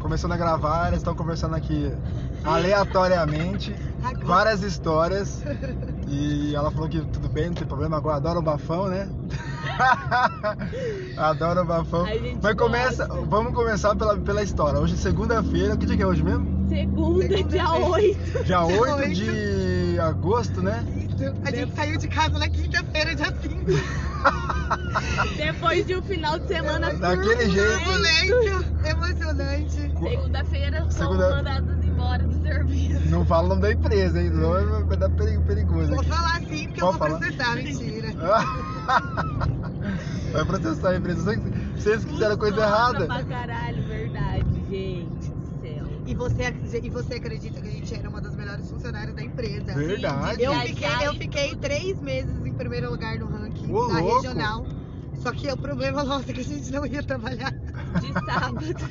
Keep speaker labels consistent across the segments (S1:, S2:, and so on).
S1: começando a gravar, eles estão conversando aqui aleatoriamente,
S2: Agora.
S1: várias histórias. E ela falou que tudo bem, não tem problema, agora adora o bafão, né? adora o bafão.
S2: A gente
S1: Mas começa,
S2: gosta.
S1: vamos começar pela, pela história. Hoje é segunda-feira, que dia que é hoje mesmo?
S2: Segunda, dia 8.
S1: Dia
S3: Dia
S1: 8 de agosto, né?
S3: A gente saiu de casa na quinta-feira, dia 5.
S2: Depois de um final de semana né?
S1: Daquele jeito.
S3: Emocionante, emocionante.
S2: Segunda-feira são
S1: Segunda-
S2: mandados embora do serviço.
S1: Não fala o nome da empresa, hein? Não, vai dar peri- perigoso
S3: Vou
S1: aqui.
S3: falar assim porque eu
S1: Pode
S3: vou
S1: falar.
S3: processar, mentira.
S1: Vai processar a empresa. Se vocês fizeram coisa
S2: Funciona
S1: errada.
S2: Pra caralho, verdade, gente do céu.
S3: E você, ac- e você acredita que a gente era uma das melhores funcionárias da empresa?
S1: Verdade.
S3: Eu
S2: Já
S3: fiquei,
S2: sai.
S3: eu fiquei três meses em primeiro lugar no ranking
S1: Ô,
S3: da
S1: louco.
S3: regional. Só que o problema nosso é que a gente não ia trabalhar.
S2: De sábado.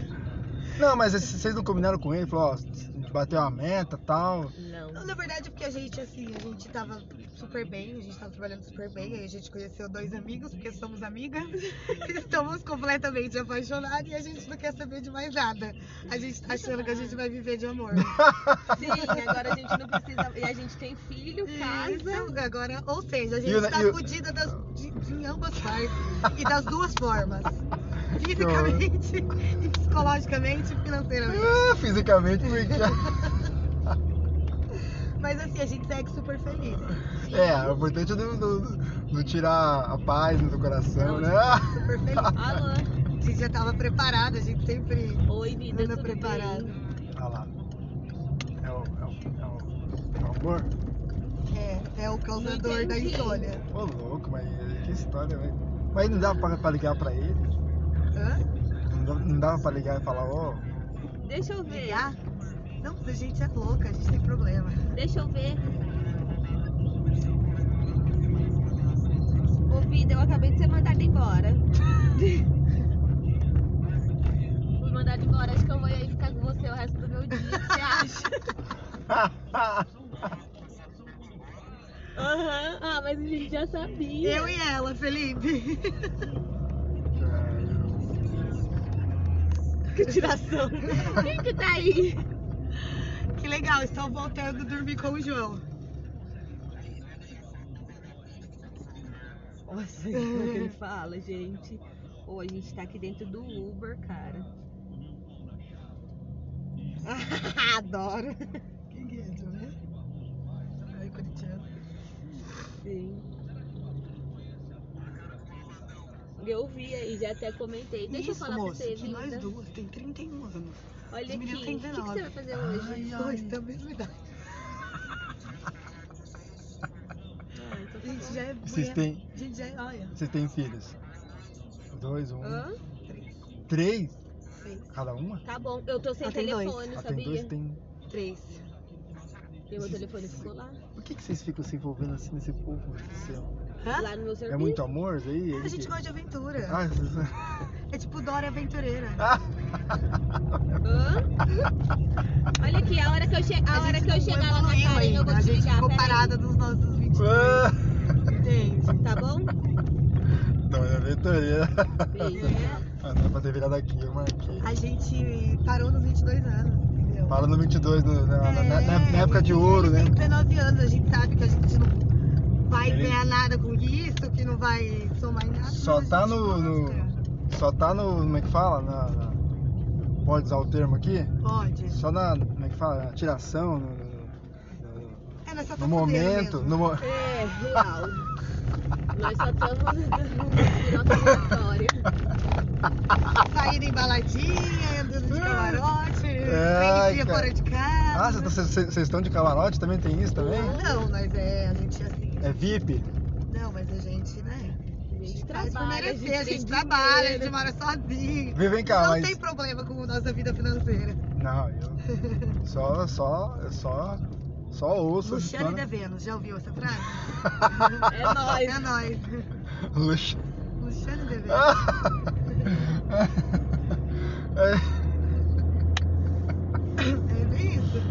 S1: Não, mas esse- vocês não combinaram com ele? Falou, ó, a gente bateu uma meta e tal.
S2: Não.
S3: Na verdade, porque a gente, assim, a gente tava super bem, a gente tava trabalhando super bem, aí a gente conheceu dois amigos, porque somos amigas, estamos completamente apaixonados e a gente não quer saber de mais nada. A gente tá achando que a gente vai viver de amor.
S2: Sim, agora a gente não precisa. E a gente tem filho, casa.
S3: Isso, então, agora, ou seja, a
S1: E o ne-
S3: gente tá
S1: e o-
S3: fodida das, de, de ambas partes e das duas formas. Fisicamente e psicologicamente e financeiramente.
S1: Ah, fisicamente, porque.
S3: Mas assim, a gente segue super feliz.
S1: É, o importante é não, não- não tirar a paz do coração,
S2: Não, é
S1: né?
S3: Super feliz.
S2: Alô.
S3: A gente já tava preparada, a gente sempre
S2: Oi, vida.
S3: anda
S2: tudo
S3: preparada.
S2: bem?
S1: Olha Tá lá. É o. É o. É o, é o amor?
S3: É, é o causador
S2: Não
S3: da
S2: entendi.
S3: insônia.
S1: Ô, louco, mas que história, velho. Mas não dava pra, pra ligar pra ele?
S3: Hã?
S1: Não dava- Não dava pra ligar e falar, ó.
S2: Deixa eu ver.
S3: Ligar? Não, a gente é louca, a gente tem problema.
S2: Deixa eu ver. Ô, vida, eu acabei de ser mandada embora. Fui mandada embora, acho que eu vou aí ficar com você o resto do meu dia, o que você acha? Aham, ah, mas a gente já sabia.
S3: Eu e ela, Felipe.
S2: que tiração. Quem que tá aí?
S3: Que legal, estão voltando a dormir com o João.
S2: Nossa, como é que ele fala, gente? Ou a gente tá aqui dentro do Uber, cara.
S3: Adoro. Quem que é, tu vê? Ai, corintiano.
S2: Sim. Eu vi aí, já até comentei. Deixa eu
S3: Isso,
S2: falar
S3: moço,
S2: pra você,
S3: que nós
S2: linda.
S3: duas tem 31 anos.
S2: Olha
S3: Esse
S2: aqui,
S3: menino
S2: o
S3: tem
S2: que, que você
S3: 19.
S2: vai fazer hoje?
S3: Ai, dois da mesma idade.
S2: Ah, então
S3: A
S2: tá
S3: gente
S2: bom.
S3: já é
S1: Vocês
S3: mulher.
S1: têm,
S3: A gente já é, olha,
S1: vocês têm filhos? Dois, um.
S2: Hã?
S3: três,
S1: Três?
S3: seis,
S1: Cada uma?
S2: Tá bom, eu tô sem
S3: Ah, tem dois.
S2: telefone,
S1: Ah, tem
S2: sabia?
S1: dois, tem.
S3: três.
S2: E meu telefone ficou lá,
S1: Por que, que vocês ficam se envolvendo assim nesse povo meu Deus do céu?
S3: Hã?
S2: lá no meu serviço.
S1: É muito amor isso aí?
S3: A gente gosta de aventura.
S1: Ah, vocês...
S3: É tipo Dora Aventureira.
S2: Hã? Olha aqui, a hora que eu, che... a hora
S3: gente
S2: que eu
S3: não é
S2: chegar lá na
S3: evoluiu
S2: Karen, eu
S3: ainda,
S2: vou
S3: A
S2: te
S3: gente
S2: ligar,
S3: ficou
S2: peraí.
S3: parada dos nossos 20
S1: Ah.
S3: Entende?
S2: Tá bom?
S1: Dona Vitoria.
S2: Beijo.
S3: É.
S1: Ah, não era pra ter virado aqui, eu marquei.
S3: A gente parou nos 22 anos, entendeu?
S1: Parou no 22, no, na, na- na- na-
S3: É.
S1: na época de ouro, né?
S3: Tem 19 anos, a gente sabe que a gente não vai
S1: Ele-
S3: ganhar nada com isso, que não vai somar em nada.
S1: Só
S3: mas a
S1: tá
S3: gente
S1: no- no-
S3: gosta.
S1: Só tá no. Como é que fala? Na, na- Pode usar o termo aqui?
S3: Pode.
S1: Só na. Como é que fala? Na tiração, no, no- no-
S3: É, nós só
S1: no
S3: tá
S1: momento.
S3: fudendo
S1: No, mo-
S2: É, real. Nós só estamos na nossa história.
S3: mesmo. Saindo em baladinha, andando de camarote,
S1: Ai,
S3: meio dia
S1: cara.
S3: fora de casa.
S1: Ah, vocês estão de camarote também? Tem isso também?
S3: Não, mas é, a gente assim.
S1: É VIP?
S3: Não, mas a gente, né?
S2: A gente
S3: Faz por
S2: trabalha,
S3: merecer, a gente
S2: tem
S3: trabalha, a gente
S2: dinheiro.
S3: mora sozinho.
S1: né? Vem, vem cá,
S3: não
S1: mas.
S3: tem problema com nossa vida financeira.
S1: Não, eu. Só, só, eu só. Só ouço. essa
S3: Luxane da
S1: história.
S3: Vênus, já ouviu essa frase?
S2: É nóis.
S3: É nóis.
S1: Lux-
S3: Luxane da Vênus.
S1: É,
S3: É bem isso.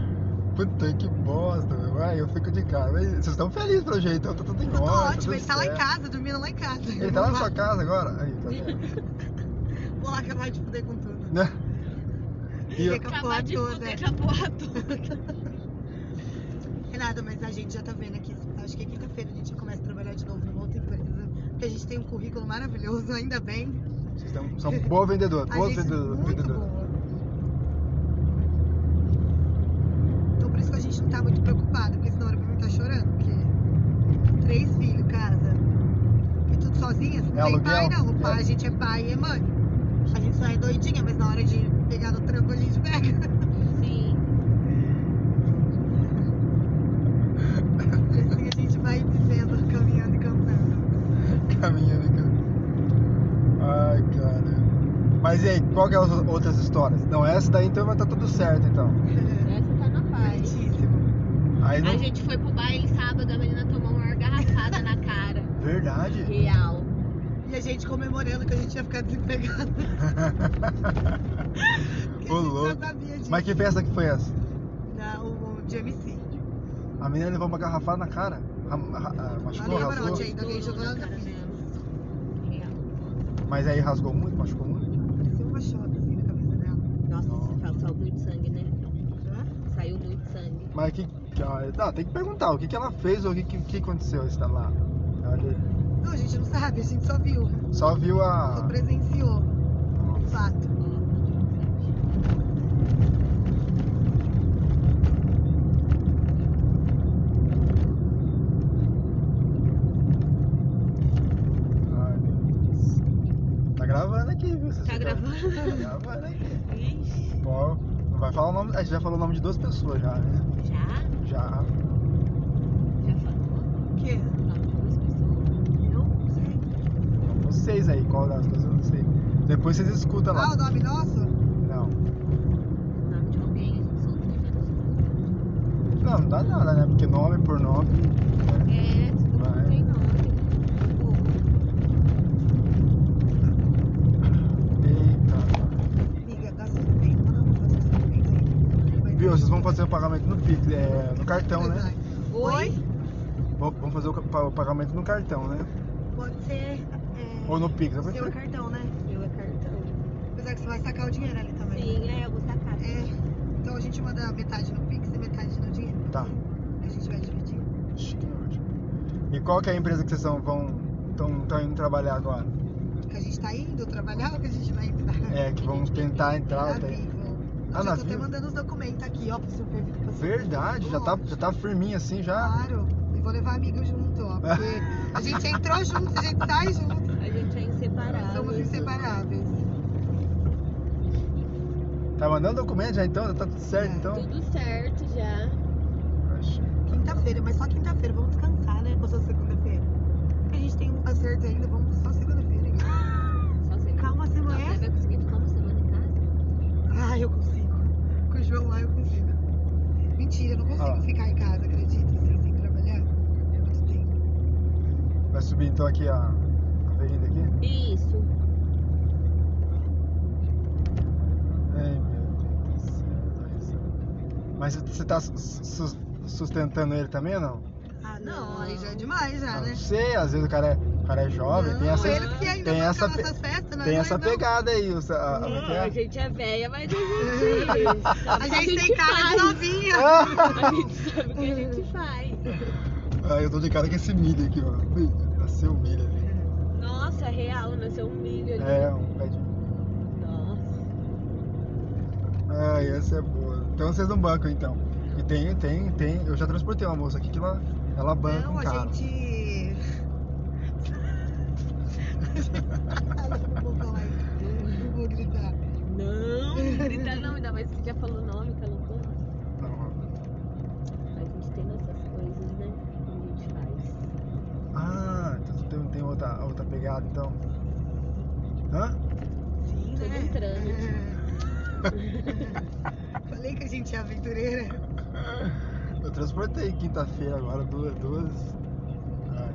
S1: Puta que bosta, meu. Ai, eu fico de cara. Mas Vocês estão felizes pelo jeito, eu tô tudo em
S3: Eu tô
S1: ordem, tá
S3: ótimo,
S1: tudo
S3: ele tá lá em
S1: certo.
S3: casa, dormindo lá em casa.
S1: Ele tá lá na sua casa agora? Aí, tá vendo?
S3: Vou lá acabar de fuder com tudo.
S1: Né? E eu-
S3: Seca a porra
S2: Acabar de
S3: toda.
S2: fuder com a porra toda.
S3: Renata, É mas a gente já tá vendo aqui. Acho que é quinta-feira a gente começa a trabalhar de novo numa outra empresa. Porque a gente tem um currículo maravilhoso, ainda bem.
S1: Vocês são, são boa vendedor,
S3: A
S1: boa
S3: gente é
S1: vendedor,
S3: muito
S1: vendedor.
S3: boa. Então por isso que a gente não tá muito preocupada, porque senão a Urubina tá chorando, porque três filhos, casa, e tudo sozinha, não
S1: É
S3: tem pai
S1: aluguel?
S3: não. O
S1: É.
S3: pai, a gente é pai e é mãe. A gente só é doidinha, mas na hora de pegar no tranco a gente pega.
S2: Sim.
S3: E assim a gente vai vivendo, caminhando e cantando.
S1: Caminhando, cara. Ai, né, cara. Mas e aí, qual que é as outras histórias? Não, essa daí então vai estar tudo certo, então.
S2: Essa tá na paz.
S3: Certíssimo.
S1: Aí não...
S2: A gente foi pro baile sábado, a menina tomou uma garrafada na cara.
S1: Verdade.
S2: Real.
S3: E a gente comemorando que a gente ia ficar desempregado. Porque
S1: Ô,
S3: a gente
S1: louco.
S3: já sabia disso.
S1: Mas que festa que foi essa?
S3: Na, o, o de MC.
S1: A menina levou uma garrafada na cara. Ram- ra- ah, machucou,
S3: Não lembro
S1: rasgou.
S3: onde ainda, alguém jogou lá na
S2: Cara
S3: piscina.
S2: dela. Real.
S1: Mas aí rasgou muito, machucou muito.
S3: Parecia uma chota assim na cabeça dela.
S2: Nossa, passou muito sangue, né?
S3: Hã?
S2: Saiu muito sangue.
S1: Mas que. que- Ah, tem que perguntar o que, que ela fez ou o que, que, que aconteceu está lá. Olha,
S3: Não, a gente não sabe, a gente só viu, né?
S1: Só viu a.
S3: só presenciou o
S1: Ah. Nossa.
S3: fato.
S2: tá
S1: Ai, meu Deus. Tá gravando aqui, viu? Vocês
S2: Tá
S1: ficaram-
S2: gravando?
S1: Tá gravando aqui.
S2: Ixi,
S1: Bom, não vai falar o nome. A gente já falou o nome de duas pessoas já, né?
S2: já?
S1: Já.
S2: Já falou?
S3: O quê?
S2: O nome de duas pessoas?
S3: Eu não sei.
S1: Então, Vocês aí, qual das duas eu não sei. Depois vocês escutam
S3: Ah,
S1: Tá lá.
S3: o nome nosso?
S1: Não.
S2: O nome de alguém, a gente né? soltou já.
S1: Não, não dá nada, né? Porque nome por nome. né?
S2: É, tudo
S1: Vai.
S2: mundo tem nome.
S1: Eita.
S3: Amiga, dá sorvete. Ah, não, vou fazer sorvete aí. Vai
S1: Viu?
S3: ter-
S1: Vocês vão fazer o pagamento no Pix, é, no cartão, né?
S3: Vai.
S2: Oi?
S1: Vão vão fazer o ca- pa- o pagamento no cartão, né?
S3: Pode ser. é,
S1: Ou no Pix, eu vou
S3: Seu
S1: ver.
S3: cartão, né?
S2: Eu é cartão.
S3: Apesar que você vai sacar o dinheiro ali também.
S2: Sim, é, eu vou sacar.
S3: É, então a gente manda metade no Pix e metade no dinheiro.
S1: Tá.
S3: A gente vai dividir.
S1: Ixi, que nojo. E qual que é a empresa que vocês são- vão estão indo trabalhar agora?
S3: Que a gente tá indo trabalhar ou que a gente vai entrar?
S1: É, que vão tentar entrar.
S3: Na
S1: tá-
S3: Vivo.
S1: Ah,
S3: já
S1: na
S3: tô até
S1: Vivo.
S3: mandando os documentos aqui, ó, pro super pro super-
S1: Verdade, já tá, já tá firminho assim já.
S3: Claro, eu vou levar amigo junto, ó. Porque a gente entrou junto, a gente sai junto.
S2: A gente é inseparável.
S3: Somos inseparáveis.
S1: Tá mandando documento já então? Já tá tudo
S3: É,
S1: certo então?
S2: Tudo certo já.
S1: Oxe.
S3: Quinta-feira, mas só quinta-feira, vamos descansar, né? Passou segunda-feira. Porque a gente tem um acerto ainda, vamos só segunda-feira. hein?
S2: Só sei.
S3: Calma, você não
S2: Você
S3: é?
S2: vai conseguir ficar uma semana em casa?
S3: Ah, eu consigo. Com o João lá eu consigo. Mentira, eu não consigo
S1: Ah.
S3: ficar em casa, acredita? Assim, sem trabalhar. É muito tempo.
S1: Vai subir então aqui a a avenida aqui?
S2: Isso.
S1: Ai meu Deus do céu, dá risada. Mas você tá su- su- sustentando ele também ou não?
S3: Ah, não,
S2: Não.
S3: aí já é demais, já,
S1: Ah,
S3: né?
S1: Não sei, às vezes o cara é, o cara é jovem,
S3: Não,
S1: tem essa,
S3: ele que ainda
S1: tem
S3: banca
S1: essa, pe-
S3: nossas festas, não é
S1: tem
S3: nós,
S1: essa
S3: não.
S1: pegada aí. o sa- a- a- como é que
S2: Ah,
S1: é?
S2: a gente é velha, mas a gente.
S3: A
S2: sabe o que
S3: gente Ah. tem cara de
S2: faz.
S3: novinha.
S2: A gente sabe o que a gente faz.
S1: Ah, eu tô de cara com esse milho aqui, ó. Ui, Nasceu milho ali.
S2: Nossa, é real, nasceu um milho ali.
S1: É, um pé de
S2: Nossa.
S1: Ai, essa é boa. Então vocês não bancam então. E tem, tem, tem. Eu já transportei uma moça aqui que ela, ela banca
S3: Não,
S1: um
S3: a
S1: cara.
S3: gente. Não vou falar isso. Não vou gritar.
S2: Não, grita não, ainda mais que já falou o nome, que é loucura.
S1: Tá
S2: A gente tem nossas coisas, né? que A gente faz.
S1: Ah, então tem, tem outra, outra pegada então. Hã?
S3: Sim,
S2: Tudo em
S3: né? É. Falei que a gente é aventureira.
S1: Eu transportei quinta-feira agora, duas. duas. Ai.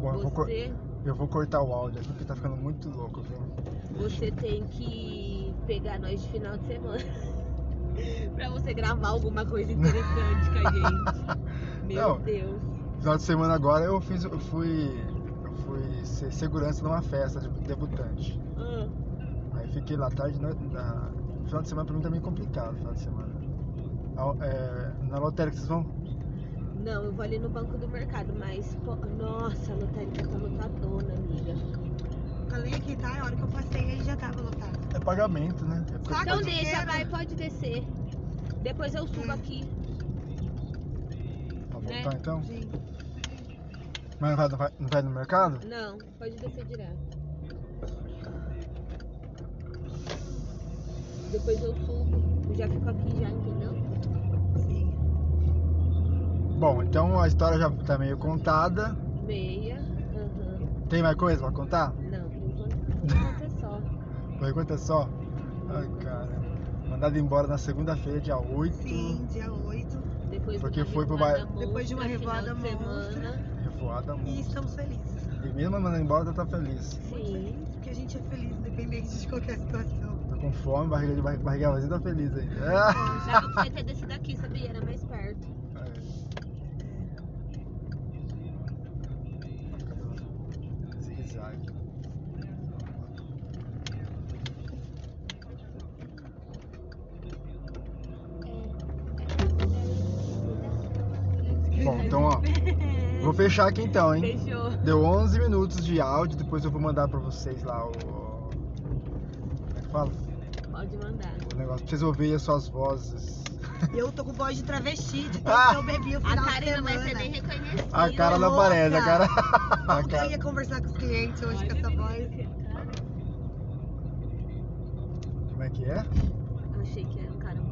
S1: Bom, eu vou, cor-
S2: Você,
S1: eu vou cortar o áudio aqui porque tá ficando muito louco, viu?
S2: você tem que pegar nós de final de semana. pra você gravar alguma coisa interessante com a gente. Meu
S1: Não.
S2: Deus.
S1: Final de semana agora eu fiz. Eu fui. Eu fui ser segurança numa festa de debutante.
S2: Ah,
S1: Aí Fiquei lá tarde, na, na- no final de semana pra mim tá meio complicado, final de semana. A- é, na lotérica vocês vão?
S2: Não, eu vou ali no banco do mercado, mas. pô, Nossa, a lotérica tá lotadona, amiga.
S3: Falei aqui, tá? A hora que eu passei, ele já tava lotado.
S1: É pagamento, né? É porque
S3: Saca
S2: Então
S3: do
S2: deixa,
S3: quê?
S2: vai, pode descer. Depois eu subo
S3: Hum.
S2: aqui.
S1: pra
S2: né?
S1: voltar então.
S3: Gente,
S1: Mas não vai, não vai, não vai no mercado?
S2: Não, pode descer direto. Depois eu subo. Eu já fico aqui já, entendeu?
S3: sim.
S1: Bom, então a história já tá meio contada.
S2: Meia. Aham.
S1: Tem mais coisa pra contar?
S2: Não, por enquanto por enquanto é só.
S1: Por enquanto é só. Ai, cara. Mandado embora na segunda-feira, dia 8.
S3: Sim, dia 8.
S2: Depois
S1: Porque
S2: de uma
S1: foi pro
S2: revoada
S1: ba-
S2: monstra,
S3: Depois de uma
S2: final
S3: revoada
S2: de
S3: monstra.
S2: semana.
S1: Revoada
S3: E
S1: muito.
S3: estamos felizes.
S1: E mesmo mandando embora, tá feliz.
S2: Sim.
S3: Porque a gente é feliz, independente de qualquer situação.
S1: Tá com fome, barriga, de barriga, barriga vazia, tá feliz ainda.
S2: Já não podia ter descido aqui, sabia? Era mais perto.
S1: Zigue-zague. Bom, então ó, vou fechar aqui então, hein?
S2: Fechou.
S1: Deu 11 minutos de áudio, depois eu vou mandar pra vocês lá o. Como é que fala?
S2: Pode mandar.
S1: O negócio pra vocês ouvirem as suas vozes.
S3: E eu tô com voz de travesti, de tanto
S1: Ah!
S3: que eu bebi o
S2: A
S3: final de
S2: Karen não
S3: semana.
S2: vai ser nem reconhecida.
S1: A cara não
S3: louca.
S1: aparece, a cara. A
S3: Como que eu
S1: cara.
S3: ia conversar com os clientes hoje com essa voz?
S1: Como é que é?
S2: Eu achei que era um cara um